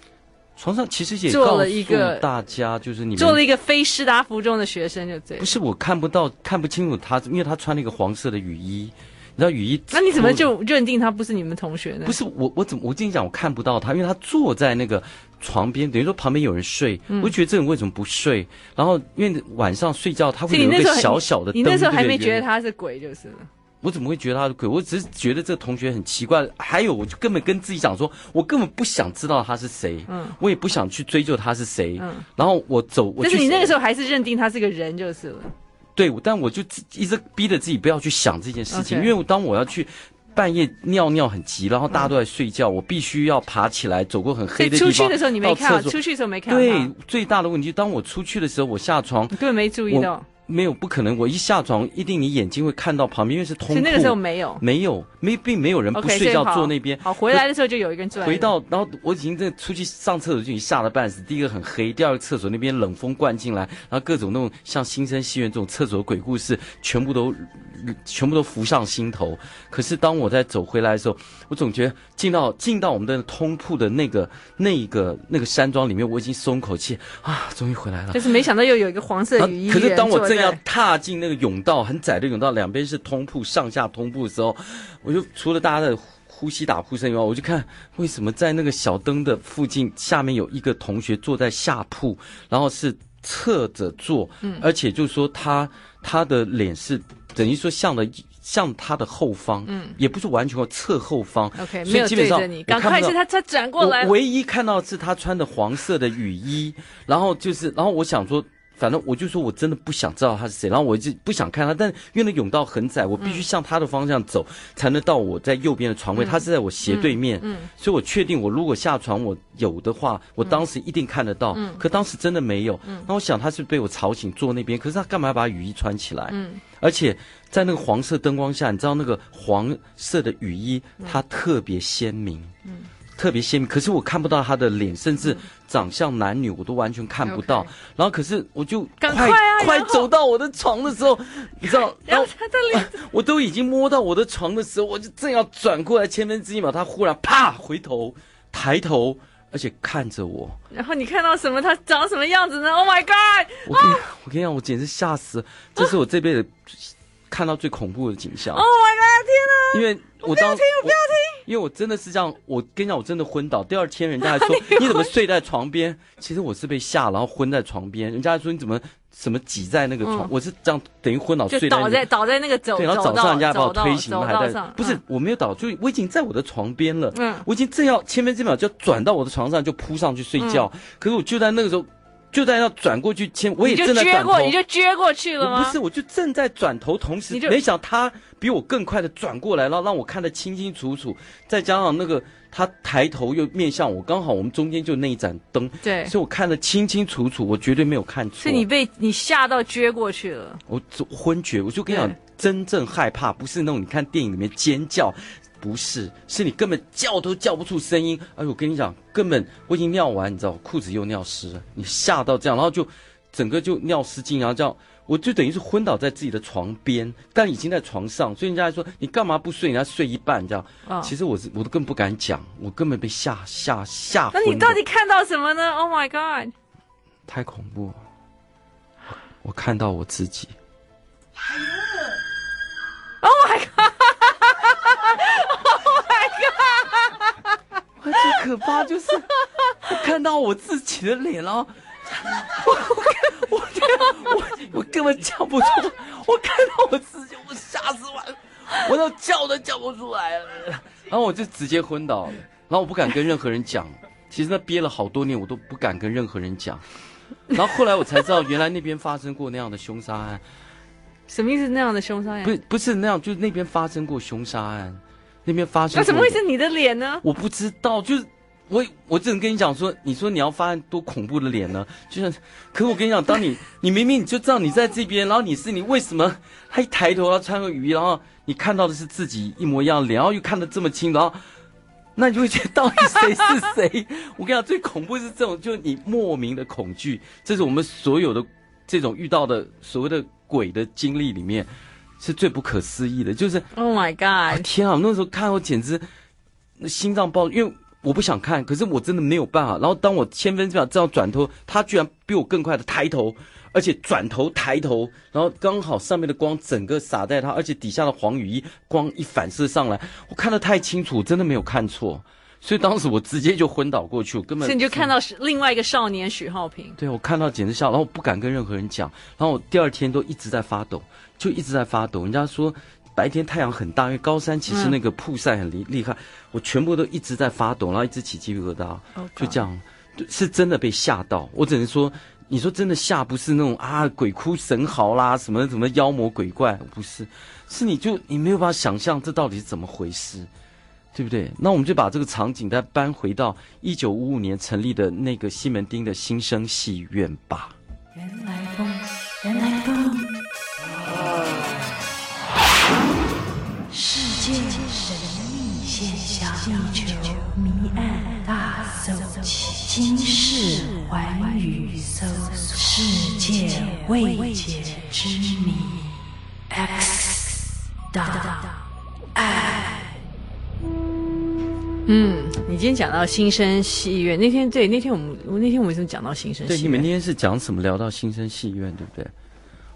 S4: 床上其实也
S3: 做
S4: 告
S3: 了一个
S4: 诉大家，就是你们
S3: 做了一个非师达服中的学生就对了
S4: 不。是我看不到看不清楚他，因为他穿了一个黄色的雨衣，你知道雨衣
S3: 那你怎么就认定他不是你们同学呢？
S4: 不是我我怎么我跟你讲我看不到他，因为他坐在那个床边，等于说旁边有人睡，
S3: 嗯
S4: 我就觉得这个人为什么不睡？然后因为晚上睡觉他
S3: 所
S4: 会
S3: 以你
S4: 有
S3: 那
S4: 一
S3: 时
S4: 个
S3: 候很
S4: 小小的
S3: 你
S4: 灯，
S3: 那时候还
S4: 对不
S3: 没
S4: 对
S3: 觉得他是鬼就是了。
S4: 我怎么会觉得他是鬼？我只是觉得这个同学很奇怪。还有，我就根本跟自己讲说，我根本不想知道他是谁，
S3: 嗯
S4: 我也不想去追究他是谁。
S3: 嗯
S4: 然后我走，我
S3: 但是
S4: 去
S3: 你那个时候还是认定他是个人就是了。
S4: 对，但我就自一直逼着自己不要去想这件事情
S3: OK
S4: 因为当我要去。半夜尿尿很急，然后大家都在睡觉，我必须要爬起来走过很
S3: 所
S4: 黑
S3: 以
S4: 的地方。
S3: 出去的时候你没
S4: 到
S3: 看到，
S4: 厕所
S3: 出去的时候没看到，
S4: 对，最大的问题，当我出去的时候，我下床
S3: 你根本没注意到，
S4: 没有不可能，我一下床一定你眼睛会看到旁边，因为是通
S3: 所以
S4: 铺。
S3: 那个时候没有。
S4: 没有没并没有人不
S3: OK，
S4: 睡
S3: 所
S4: 觉
S3: 以好
S4: 坐那边。
S3: 好，回来的时候就有一个人坐在那
S4: 回到，然后我已经在出去上厕所就已经吓得半死。第一个很黑，第二个厕所那边冷风灌进来，然后各种那种像新生戏院这种厕所的鬼故事，全部都全部都浮上心头。可是当我在走回来的时候，我总觉得进到进到我们的通铺的那个那一个那个山庄里面，我已经松口气啊，终于回来了。
S3: 就是没想到又有一个黄色
S4: 啊
S3: 雨衣人
S4: 可
S3: 坐在。
S4: 是当我正要踏进那个甬道，很窄的甬道，两边是通铺，上下通铺的时候，我就除了大家的呼吸打呼声以外，我就看为什么在那个小灯的附近下面有一个同学坐在下铺，然后是侧着坐，
S3: 嗯
S4: 而且就是说他他的脸是等于说向了向他的后方，嗯，也不是完全侧后方
S3: OK，
S4: 所
S3: 没
S4: 以
S3: 有
S4: 基本
S3: 对
S4: 上
S3: 着你，
S4: 我
S3: 赶
S4: 看不
S3: 快
S4: 到
S3: 是他他转过来
S4: 我，唯一看到的是他穿的黄色的雨衣，然后就是，然后我想说，反正我就说我真的不想知道他是谁，然后我一直不想看他，但因为那甬道很窄，我必须向他的方向走，才能到我在右边的床位，
S3: 嗯
S4: 他是在我斜对面，所以我确定我如果下床我有的话，我当时一定看得到，
S3: 嗯
S4: 可当时真的没有，那我想他是被我吵醒坐那边，可是他干嘛把雨衣穿起来？
S3: 嗯
S4: 而且在那个黄色灯光下，你知道那个黄色的雨衣，
S3: 嗯
S4: 它特别鲜明，特别鲜明。可是我看不到他的脸，甚至长相、男女我都完全看不到
S3: OK。
S4: 然后可是我就
S3: 赶快啊
S4: 快
S3: 然后
S4: 走到我的床的时候，你知道，
S3: 然
S4: 然
S3: 后
S4: 后
S3: 他的脸，
S4: 我都已经摸到我的床的时候，我就正要转过来千分之一秒，他忽然啪回头，抬头，而且看着我。
S3: 然后你看到什么？他长什么样子呢？Oh my god！
S4: 我跟你，我跟你讲，我简直吓死了！这是我这辈子看到最恐怖的景象。
S3: Oh my god！天哪！
S4: 因为我当时我因为我真的是这样，我跟你讲，我真的昏倒。第二天人家 还说你怎么睡在床边？其实我是被吓，然后昏在床边。人家还说你怎么怎么挤在那个床？
S3: 嗯
S4: 我是这样等于昏倒
S3: 就
S4: 睡
S3: 倒
S4: 在
S3: 在
S4: 那。
S3: 倒在那个走
S4: 对，然后
S3: 走
S4: 早
S3: 道
S4: 上人家把我
S3: 走道
S4: 推醒了，
S3: 走
S4: 还
S3: 道
S4: 在
S3: 上
S4: 不是
S3: 嗯
S4: 我没有倒，就我已经在我的床边了，
S3: 嗯
S4: 我已经正要千分之秒就要转到我的床上就扑上去睡觉，可是我就在那个时候，就在要转过去千，我也
S3: 嗯你就
S4: 正
S3: 撅
S4: 在转头，
S3: 过你就撅过去了
S4: 我
S3: 吗？
S4: 不是，我就正在转头，同时
S3: 你就
S4: 没想他比我更快的转过来，然后让我看得清清楚楚。再加上那个他抬头又面向我，刚好我们中间就那一盏灯，
S3: 对
S4: 所以我看得清清楚楚，我绝对没有看错。
S3: 是你被你吓到撅过去了。
S4: 我走昏厥，我就跟你讲
S3: 对，
S4: 真正害怕不是那种你看电影里面尖叫，不是，是你根本叫都叫不出声音。哎呦，我跟你讲，根本我已经尿完，你知道，裤子又尿湿了，你吓到这样，然后就整个就尿失禁，然后这样。我就等于是昏倒在自己的床边，但已经在床上，所以人家还说你干嘛不睡？人家睡一半这样。
S3: 啊
S4: 其实我是我都更不敢讲，我根本被吓吓吓
S3: 那
S4: 昏了。
S3: 你到底看到什么呢？Oh my god！
S4: 太恐怖了！我看到我自己。Oh my god! Oh my god! 最可怕就是我看到我自己的脸了，我我我我我根本叫不出，我看到我自己，我吓死我了，我都叫都叫不出来了，然后我就直接昏倒了，然后我不敢跟任何人讲。其实那憋了好多年，我都不敢跟任何人讲。 然后后来我才知道，原来那边发生过那样的凶杀案，
S3: 什么意思？那样的凶杀呀
S4: 不？是不是那样，就是那边发生过凶杀案，那边发生
S3: 那
S4: 过
S3: 怎么会是你的脸呢？
S4: 我不知道，就是我我只能跟你讲说，你说你要发现多恐怖的脸呢，就是，可我跟你讲，当你你明明你就知道你在这边，然后你是你为什么他一抬头要穿个雨衣，然后你看到的是自己一模一样的脸，然后又看得这么清，然后。那你就会觉得到底谁是谁？我跟你讲，最恐怖是这种，就是你莫名的恐惧，这是我们所有的这种遇到的所谓的鬼的经历里面，是最不可思议的。就是
S3: Oh my
S4: 啊
S3: god！
S4: 天啊！那时候看我简直那心脏爆，因为我不想看，可是我真的没有办法。然后当我千分之秒这样转头，他居然比我更快的抬头，而且转头抬头，然后刚好上面的光整个洒在他，而且底下的黄雨衣光一反射上来，我看得太清楚，真的没有看错。所以当时我直接就昏倒过去，我根本
S3: 所以你就看到是另外一个少年许浩平，
S4: 对，我看到简直笑，然后我不敢跟任何人讲，然后我第二天都一直在发抖，就一直在发抖。人家说白天太阳很大，因为高山其实那个曝晒很厉厉害，我全部都一直在发抖，然后一直起鸡皮疙瘩
S3: Oh
S4: 就这样，是真的被吓到。我只能说，你说真的吓不是那种啊鬼哭神嚎啦，什么什么妖魔鬼怪，不是，是你就你没有办法想象这到底是怎么回事。对不对？那我们就把这个场景再搬回到一九五五年成立的那个西门町的新生戏院吧。
S2: 人来疯，人来疯，世界神秘现象，地球谜案大搜奇，今世寰宇搜索世界未解之谜，X 大。
S3: 嗯，你今天讲到新生戏院那天，对那天我们我那天我们就讲到新生
S4: 对，
S3: 戏
S4: 你们
S3: 院
S4: 那，天是讲什么？聊到新生戏院，对不对？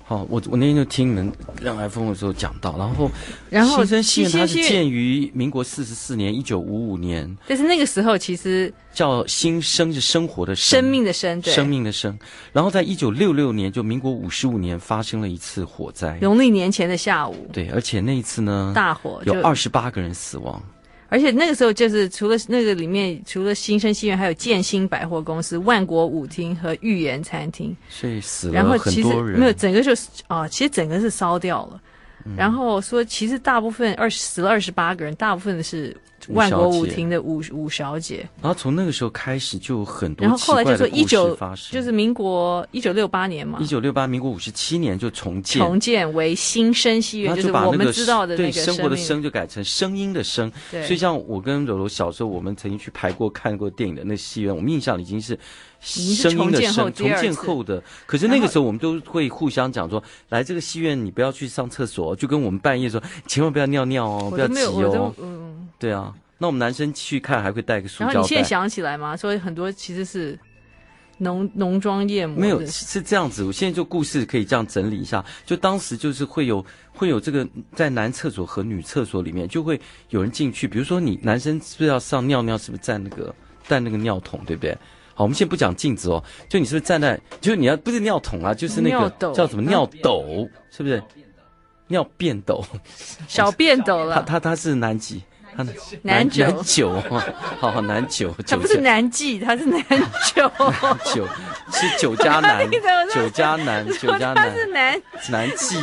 S4: 好，我我那天就听你们让来风的时候讲到，然后
S3: 然后
S4: 新生戏院它
S3: 新
S4: 是
S3: 生戏院
S4: 建于民国四十四年一九五五年，
S3: 但是那个时候其实
S4: 叫新生是生活的生
S3: 生命的生，对，
S4: 生命的生，然后在一九六六年就民国五十五年发生了一次火灾，
S3: 农历年前的下午
S4: 对，而且那一次呢，
S3: 大火就
S4: 有二十八个人死亡。
S3: 而且那个时候就是除了那个里面，除了新生戏院，还有建新百货公司、万国舞厅和裕园餐厅。
S4: 所以死
S3: 然后
S4: 了很
S3: 其实
S4: 多人，嗯
S3: 没有整个就是啊，其实整个是烧掉了。然后说，其实大部分二死了二十八个人，大部分是万国舞厅的舞舞小姐。
S4: 然后从那个时候开始就有很多
S3: 然后
S4: 奇
S3: 后来
S4: 怪
S3: 就说
S4: 的
S3: 一
S4: 故
S3: 九
S4: 事发生，
S3: 就是民国一九六八年嘛
S4: 一，九六八民国五十七年就重建，
S3: 重建为新生戏
S4: 然
S3: 院，
S4: 后
S3: 是
S4: 把
S3: 我
S4: 那
S3: 们
S4: 个
S3: 知道的那
S4: 对
S3: 个
S4: 生活的
S3: 命
S4: 生就改成声音的声。
S3: 对
S4: 所以像我跟柔柔小时候，我们曾经去排过看过电影的那戏院，我们印象里已经是
S3: 经是
S4: 声音
S3: 重
S4: 的
S3: 建后
S4: 声，
S3: 第
S4: 重
S3: 二
S4: 建
S3: 次
S4: 后的。可是那个时候我们都会互相讲说，来这个戏院你不要去上厕所哦，就跟我们半夜说，千万不要尿尿哦，
S3: 我
S4: 不要
S3: 都
S4: 急
S3: 没有，我
S4: 哦
S3: 都。嗯。
S4: 对啊，那我们男生去看还会带个塑
S3: 然后
S4: 胶
S3: 你现在
S4: 袋。
S3: 想起来吗？说很多其实是浓浓妆艳抹的，
S4: 没有是是这样子，我现在就故事可以这样整理一下，就当时就是会有会有这个在男厕所和女厕所里面就会有人进去，比如说你男生是不是要上尿尿，是不是站那个站那个尿桶，对不对？好，我们先不讲镜子哦，就你是不是站在，就是你要不是尿桶啊，就是那
S3: 尿
S4: 个
S3: 斗嗯
S4: 叫什么尿斗，是不是？尿便斗，
S3: 小便斗
S4: 他
S3: 了，
S4: 他他是南极，他南
S3: 南九
S4: 南九 哦，好好南九，
S3: 他
S4: 九
S3: 不是
S4: 九
S3: 南极，他是南九，
S4: 九是九 加南
S3: 你怎么，知道
S4: 九加南，九 加
S3: 他
S4: 南。
S3: 是南，
S4: 南 极，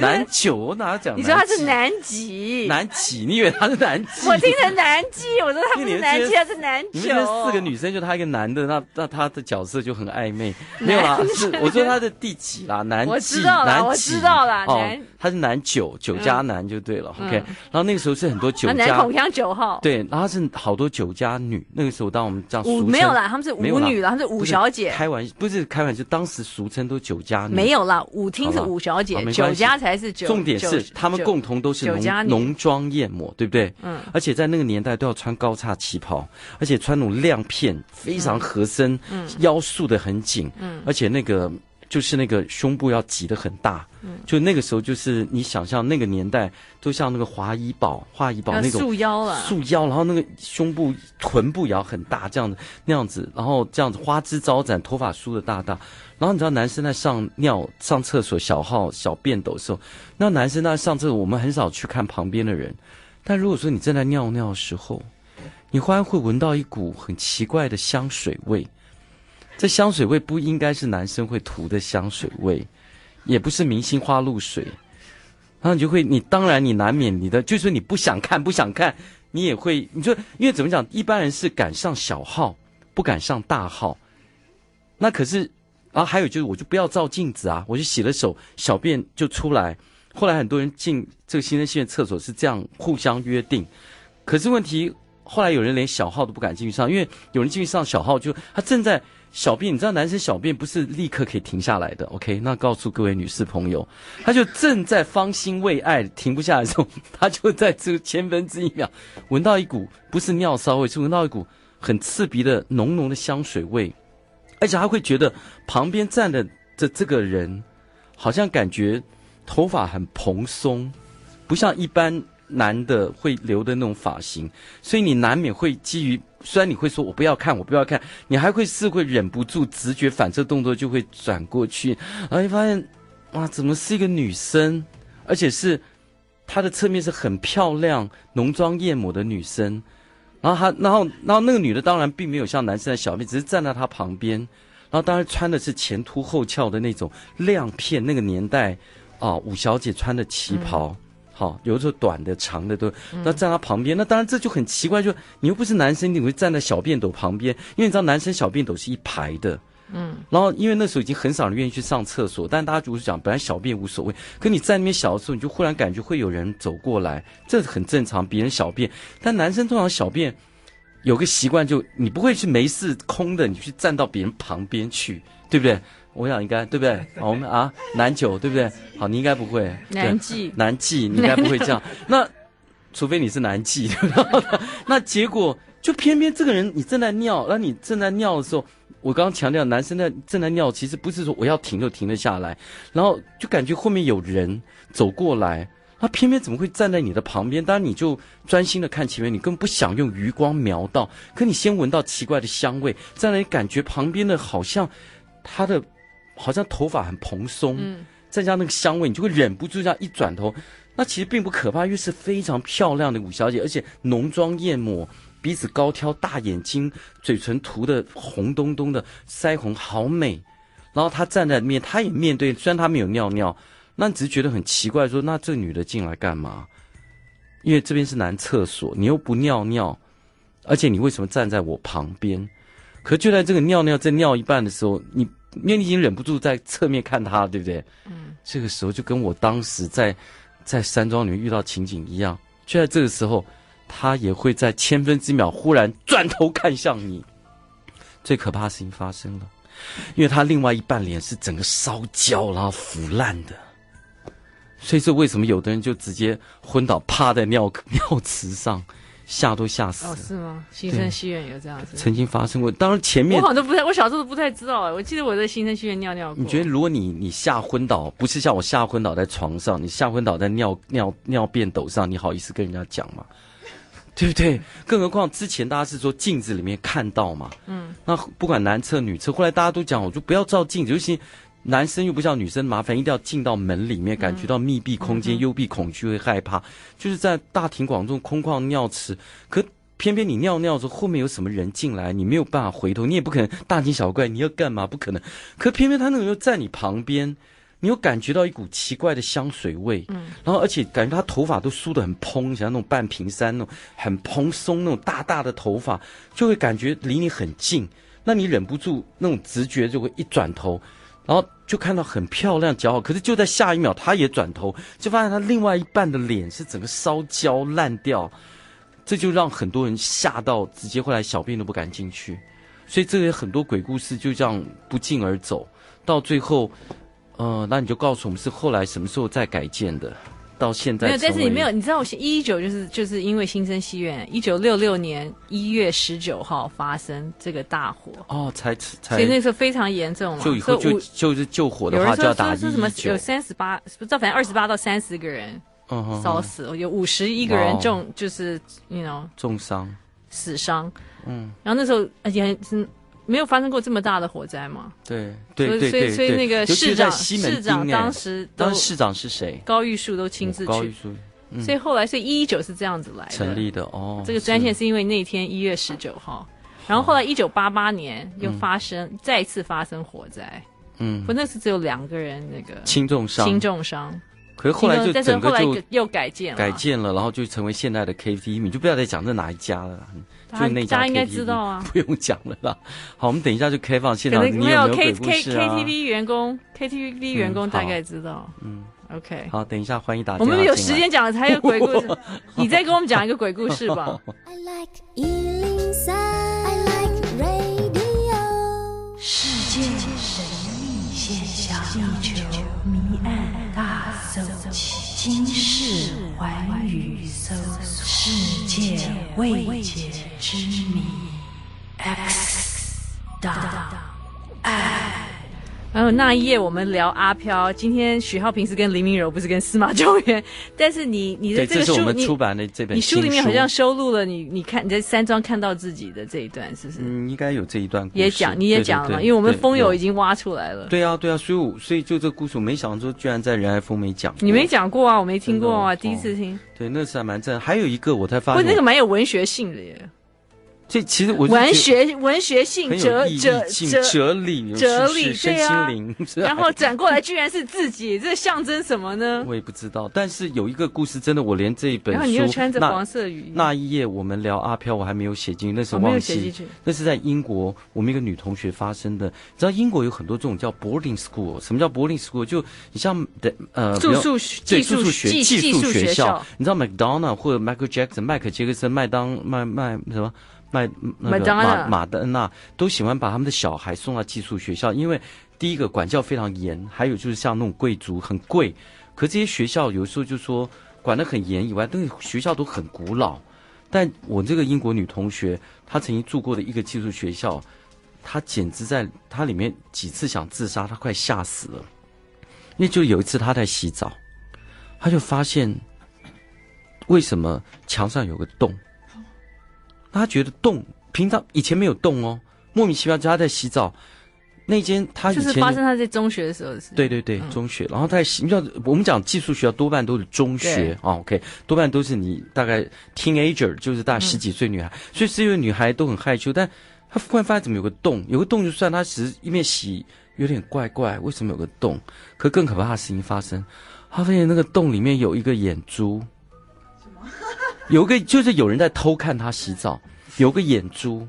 S4: 南九，我哪讲南极？
S3: 你说他是南极，
S4: 南极？你以为他是南极？
S3: 我听成南极，我说他不
S4: 因为
S3: 是
S4: 你们
S3: 南
S4: 这
S3: 极，
S4: 些
S3: 他是南
S4: 你
S3: 九。
S4: 们这四个女生，就他一个男的，那那他的角色就很暧昧，没有啦，是我说他的第 几啦，南
S3: 我
S4: 极，
S3: 知道啦
S4: 南极，
S3: 我知道啦
S4: 哦
S3: 南，
S4: 他是南九，九加南就对了，OK。
S3: 嗯啊
S4: 然后那个时候是很多九
S3: 那南
S4: 加
S3: 孔，锵九号，
S4: 对，然后他是好多九加女，那个时候当我们这样俗
S3: 舞
S4: 称
S3: 没有啦，他们是
S4: 没有
S3: 舞
S4: 啦
S3: 女啦，他们是
S4: 不
S3: 舞
S4: 是
S3: 小姐，
S4: 开玩不是开玩笑，当时俗称都九加女，
S3: 没有啦，舞厅是
S4: 好吧
S3: 舞小
S4: 好
S3: 姐，
S4: 没
S3: 酒
S4: 关系
S3: 家才是九。
S4: 重点是
S3: 九
S4: 他们
S3: 九
S4: 共同都是
S3: 酒家
S4: 浓
S3: 女
S4: 浓妆艳抹，对不对？
S3: 嗯
S4: 而且在那个年代都要穿高叉旗袍，而且穿那种亮片，非常合身，嗯，腰束的很紧，嗯，而且那个就是那个胸部要挤得很大，嗯，就那个时候就是你想象那个年代都像那个华衣宝、华衣宝
S3: 要
S4: 那种
S3: 束腰了，
S4: 束腰，然后那个胸部、臀部也要很大，这样子那样子，然后这样子花枝招展，头发梳的大大。然后你知道男生在上尿、上厕所、小号、小便斗的时候，那男生在上厕所，我们很少去看旁边的人。但如果说你正在尿尿的时候，你忽然会闻到一股很奇怪的香水味，这香水味不应该是男生会涂的香水味，也不是明星花露水。然后你就会，你当然你难免你的，就是说你不想看不想看，你也会，你说因为怎么讲，一般人是敢上小号，不敢上大号。那可是，然后还有就是，我就不要照镜子啊，我就洗了手，小便就出来。后来很多人进这个新生戏院厕所是这样互相约定，可是问题后来有人连小号都不敢进去上，因为有人进去上小号就他正在小便，你知道男生小便不是立刻可以停下来的，OK？那告诉各位女士朋友，他就正在芳心未艾停不下来的时候，他就在这千分之一秒闻到一股不是尿骚味，是闻到一股很刺鼻的浓浓的香水味，而且他会觉得旁边站的这这个人好像感觉头发很蓬松，不像一般男的会留的那种发型，所以你难免会基于，虽然你会说我不要看，我不要看，你还会是会忍不住直觉反射动作就会转过去，然后你发现，哇，怎么是一个女生，而且是她的侧面是很漂亮、浓妆艳抹的女生，然后她，然后，然后那个女的当然并没有像男生的小妹，只是站在她旁边，然后当然穿的是前凸后翘的那种亮片，那个年代。啊，五小姐穿的旗袍，好，有的时候短的、长的都，那站她旁边，那当然这就很奇怪，就你又不是男生，你会站在小便斗旁边，因为你知道男生小便斗是一排的，嗯，然后因为那时候已经很少人愿意去上厕所，但大家就是讲，本来小便无所谓，可你在那边小的时候，你就忽然感觉会有人走过来，这很正常，别人小便，但男生通常小便。有个习惯就，你不会去没事空的，你去站到别人旁边去，对不对？我想应该对不对？好我们啊，南九对不对？好，你应该不会。
S3: 男妓
S4: 对南妓，你应该不会这样。那除非你是南妓，然后呢 那结果就偏偏这个人你正在尿，那你正在尿的时候，我刚刚强调男生在正在尿，其实不是说我要停就停得下来，然后就感觉后面有人走过来，他偏偏怎么会站在你的旁边？当然你就专心的看前面，你根本不想用余光瞄到，可你先闻到奇怪的香味，再来感觉旁边的好像他的好像头发很蓬松，
S3: 嗯
S4: 再加上那个香味，你就会忍不住这样一转头。那其实并不可怕，因为是非常漂亮的五小姐，而且浓妆艳抹，鼻子高挑，大眼睛，嘴唇涂的红咚咚的，腮红好美。然后她站在面，她也面对，虽然她没有尿尿，那你只是觉得很奇怪说那这女的进来干嘛？因为这边是男厕所，你又不尿尿，而且你为什么站在我旁边？可就在这个尿尿在尿一半的时候，你因为你已经忍不住在侧面看她，对不对？嗯，这个时候就跟我当时在在山庄里面遇到情景一样，就在这个时候，她也会在千分之秒忽然转头看向你。最可怕的事情发生了，因为她另外一半脸是整个烧焦然后腐烂的。所以说，为什么有的人就直接昏倒，趴在尿 尿池上，吓都吓死了
S3: 哦，是吗？新
S4: 对
S3: 生戏院有这样子，
S4: 曾经发生过，当然前
S3: 我
S4: 面
S3: 好像都不太，我小时候都不太知道哎，我记得我在新生戏院尿尿过。
S4: 你觉得，如果你你吓昏倒，不是像我吓昏倒在床上，你吓昏倒在尿尿尿便斗上，你好意思跟人家讲吗？ 对不对？更何况之前大家是说镜子里面看到嘛，嗯，那不管男厕女厕，后来大家都讲，我就不要照镜子，尤其男生又不像女生麻烦，一定要进到门里面，感觉到密闭空间，幽闭恐惧会害怕，就是在大庭广众空旷尿池，可。偏偏你尿尿的时候，后面有什么人进来，你没有办法回头，你也不可能大惊小怪，你要干嘛？不可能。可偏偏他那个人又在你旁边，你又感觉到一股奇怪的香水味，嗯，然后而且感觉他头发都梳得很蓬，像那种半平山那种很蓬松那种大大的头发，就会感觉离你很近，那你忍不住那种直觉就会一转头，然后就看到很漂亮姣好，可是就在下一秒他也转头，就发现他另外一半的脸是整个烧焦烂掉，这就让很多人吓到，直接后来小便都不敢进去。所以这些很多鬼故事就这样不胫而走，到最后，呃，那你就告诉我们是后来什么时候再改建的，到现在
S3: 没有，但是
S4: 成为
S3: 你没有，你知道我一九就是就是因为新生戏院，一九六六年一月十九号发生这个大火，
S4: 哦，才才
S3: 所以那时候非常严重了。
S4: 就以后
S3: 嗯所
S4: 就
S3: 我
S4: 就是救火
S3: 有
S4: 的话
S3: 人
S4: 就要
S3: 说
S4: 打
S3: 说
S4: 一
S3: 说什么
S4: 一
S3: 有
S4: 九，
S3: 三十八，不知道反正二十八到三十个人
S4: 嗯哼
S3: 烧
S4: 哼，
S3: 死，有五十一个人
S4: 哇哦
S3: 中就是，you know
S4: 重伤，
S3: 死伤。
S4: 嗯，
S3: 然后那时候而且是没有发生过这么大的火灾嘛，
S4: 对
S3: 所
S4: 对
S3: 以
S4: 对
S3: 所以
S4: 对，
S3: 所以
S4: 对
S3: 那个
S4: 尤其
S3: 市
S4: 是在
S3: 长
S4: 西门
S3: 市
S4: 町
S3: 长
S4: 哎
S3: 当时都
S4: 当时市长是谁？
S3: 高玉树都亲自
S4: 高玉
S3: 去，
S4: 书
S3: 所以后来所以一一九是这样子来的
S4: 成立的哦，
S3: 这个专线是因为那天一月十九号，然后后来一九八八年又发生、再一次发生火灾，
S4: 嗯
S3: 不，那次只有两个人那个
S4: 轻重伤，
S3: 轻，重伤，
S4: 可是后来就
S3: 轻重但是
S4: 整
S3: 后
S4: 个
S3: 来
S4: 就
S3: 又改建了，
S4: 改建了，然后就成为现代的 KTV，你就不要再讲这哪一家了啦，
S3: 大
S4: 就
S3: 家
S4: 那
S3: 大
S4: 家
S3: 家应该
S4: KTV
S3: 知道啊。
S4: 不用讲了啦。好，我们等一下就开放现
S3: 可
S4: 场，
S3: 能
S4: 你
S3: 有
S4: 有没
S3: K
S4: 有鬼故
S3: K
S4: 事啊？
S3: KTV 员工 KTV 员工大概知道，
S4: 嗯
S3: 嗯，OK，
S4: 好，等一下欢迎大家。
S3: 我们有时。间讲了才有鬼故 事，你再给我们讲一个鬼故事吧。
S5: I like Ealing Sound. I like radio.
S2: 世界神秘现象，地球谜案大搜奇，今世寰宇搜索世界未解之谜 X 档。
S3: 还有那一夜我们聊阿飘，今天许浩平是跟林明柔，不是跟司马中原，但是你你的
S4: 对，
S3: 这
S4: 这
S3: 个
S4: 是
S3: 书
S4: 我们
S3: 你
S4: 出版的这本
S3: 你
S4: 新
S3: 书
S4: 书
S3: 里面好像收录了你你看你在山庄看到自己的这一段，是不是？
S4: 嗯，应该有这一段故事
S3: 也讲你也
S4: 对
S3: 讲了
S4: 对
S3: 嘛，
S4: 对
S3: 因为我们
S4: 对
S3: 风友
S4: 有
S3: 已经挖出来了。
S4: 对啊，对啊，所以我所以就这个故事，我没想到说居然在仁爱峰没讲过。
S3: 你没讲过啊，我没听过啊，
S4: 真
S3: 第
S4: 的
S3: 一
S4: 哦
S3: 次听。
S4: 对，那是还蛮正。还有一个我才
S3: 不
S4: 发
S3: 过
S4: 现，
S3: 那个蛮有文学性的耶，
S4: 这其实我就觉得
S3: 文学文学性
S4: 很有
S3: 哲
S4: 意义
S3: 哲
S4: 性、
S3: 哲，
S4: 哲理、
S3: 哲理
S4: 是身
S3: 对啊
S4: 心灵。是 吧
S3: 然后转过来居然是自己，这象征什么呢？
S4: 我也不知道，但是有一个故事，真的，我连这一本
S3: 然后
S4: 书
S3: 你又穿着
S4: 那
S3: 黄色雨衣，
S4: 那一夜我们聊阿飘，我还没有写进去，那时
S3: 我
S4: 候
S3: 没有
S4: 忘
S3: 写进
S4: 记。
S3: 去。
S4: 那是在英国，我们一个女同学发生的。你知道英国有很多这种叫 boarding school，什么叫 boarding school？就你像的呃，比
S3: 住
S4: 如
S3: 宿学
S4: 对
S3: 技
S4: 住
S3: 术
S4: 宿学
S3: 技
S4: 寄
S3: 技
S4: 宿
S3: 术学
S4: 校，，你知道 McDonald 或者 Michael Jackson、迈克杰克逊、麦当麦麦什么麦那个
S3: Madonna
S4: 马马德纳都喜欢把他们的小孩送到寄宿学校，因为第一个管教非常严，还有就是像那种贵族很贵，可这些学校有时候就说管得很严以外，那个学校都很古老。但我这个英国女同学，她曾经住过的一个寄宿学校，她简直在她里面几次想自杀，她快吓死了。因为就有一次她在洗澡，她就发现为什么墙上有个洞，她觉得洞平常以前没有洞哦，莫名其妙就她在洗澡那间她以
S3: 就
S4: 前
S3: 是发生他在中学的时候的事。
S4: 对，对对，中学。然后在你知道，我们讲寄宿学校多半都是中学
S3: 对
S4: 啊，OK，多半都是你大概 teenager，就是大概十几岁女孩，所以这些女孩都很害羞，但她忽然发现怎么有个洞，有个洞就算她其实一面洗有点怪怪，为什么有个洞？可更可怕的事情发生，她发现那个洞里面有一个眼珠，有一个就是有人在偷看她洗澡，有个眼珠，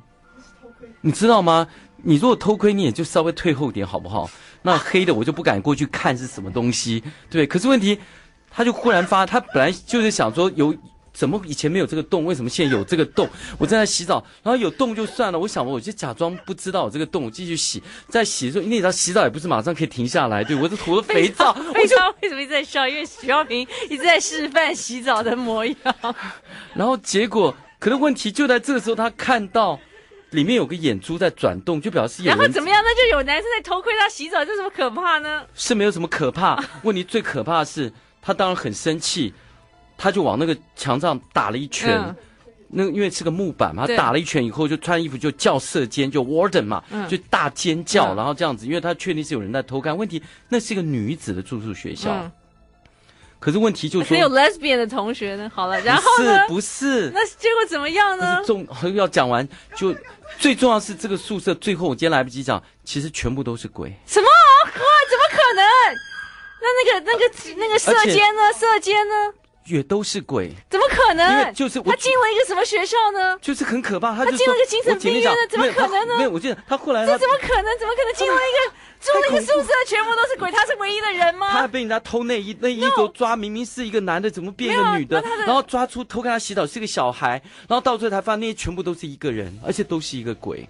S4: 你知道吗？你如果偷窥，你也就稍微退后点，好不好？那黑的我就不敢过去看是什么东西，对。可是问题，他就忽然发，他本来就是想说有。怎么以前没有这个洞？为什么现在有这个洞？我正在洗澡，然后有洞就算了。我想我就假装不知道有这个洞，我继续洗。在洗的时候，因为你知道洗澡也不是马上可以停下来，对我就涂了肥 皂，
S3: 非常为什么一直在笑？因为徐浩平一直在示范洗澡的模 样。
S4: 然后结果可能问题就在这个时候，他看到里面有个眼珠在转动，就表示有
S3: 然
S4: 人
S3: 后怎么样？那就有男生在偷窥他洗澡，这有什么可怕呢？
S4: 是没有什么 可怕。问题最可怕的是，他当然很生气，他就往那个墙上打了一拳。
S3: 嗯
S4: 那因为是个木板嘛，他
S3: 对
S4: 打了一拳以后就穿衣服就叫射尖，就 warden 嘛，
S3: 嗯
S4: 就大尖叫，
S3: 嗯
S4: 然后这样子，因为他确定是有人在偷看。问题那是一个女子的住宿学校，
S3: 嗯，
S4: 可是问题就说
S3: 可有 lesbian 的同学呢。好了，然后
S4: 不是
S3: 呢？
S4: 不是，
S3: 那结果怎么样
S4: 但
S3: 呢
S4: 是？重要讲完就最重要是这个宿舍，最后我今天来不及讲，其实全部都是鬼。
S3: 什么啊？哇，怎么可能？那那个那个那个射
S4: 呃而且
S3: 箭呢？射箭呢？
S4: 也都是鬼，
S3: 怎么可
S4: 因为
S3: 能？
S4: 就是我
S3: 嗯他进了一个什么学校呢？
S4: 就是很可怕，他就
S3: 他进了
S4: 说
S3: 个精神
S4: 我姐妹
S3: 病
S4: 讲
S3: 院了怎么
S4: 没有他
S3: 可能呢
S4: 没有，我记得他后来
S3: 这
S4: 他
S3: 怎么可能？怎么可能进了一个住了一个宿舍，全部都是鬼？他是唯一的人
S4: 他还
S3: 吗？
S4: 被人家偷内衣，内衣都抓，明明是一个男的，怎么变
S3: 没
S4: 一
S3: 有
S4: 个
S3: 啊
S4: 女的
S3: 那他？的
S4: 然后抓出偷看他洗澡是个小孩，然后到最后才发现那些全部都是一个人，而且都是一个鬼，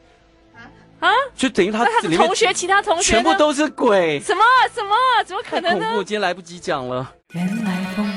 S3: 啊？
S4: 就等于他
S3: 那他的
S4: 里面
S3: 同学，其他同学
S4: 全
S3: 呢
S4: 部都是鬼，
S3: 什么啊什么啊？怎么
S4: 太
S3: 可能
S4: 恐
S3: 呢
S4: 怖，今？天来不及讲了。
S2: 原来风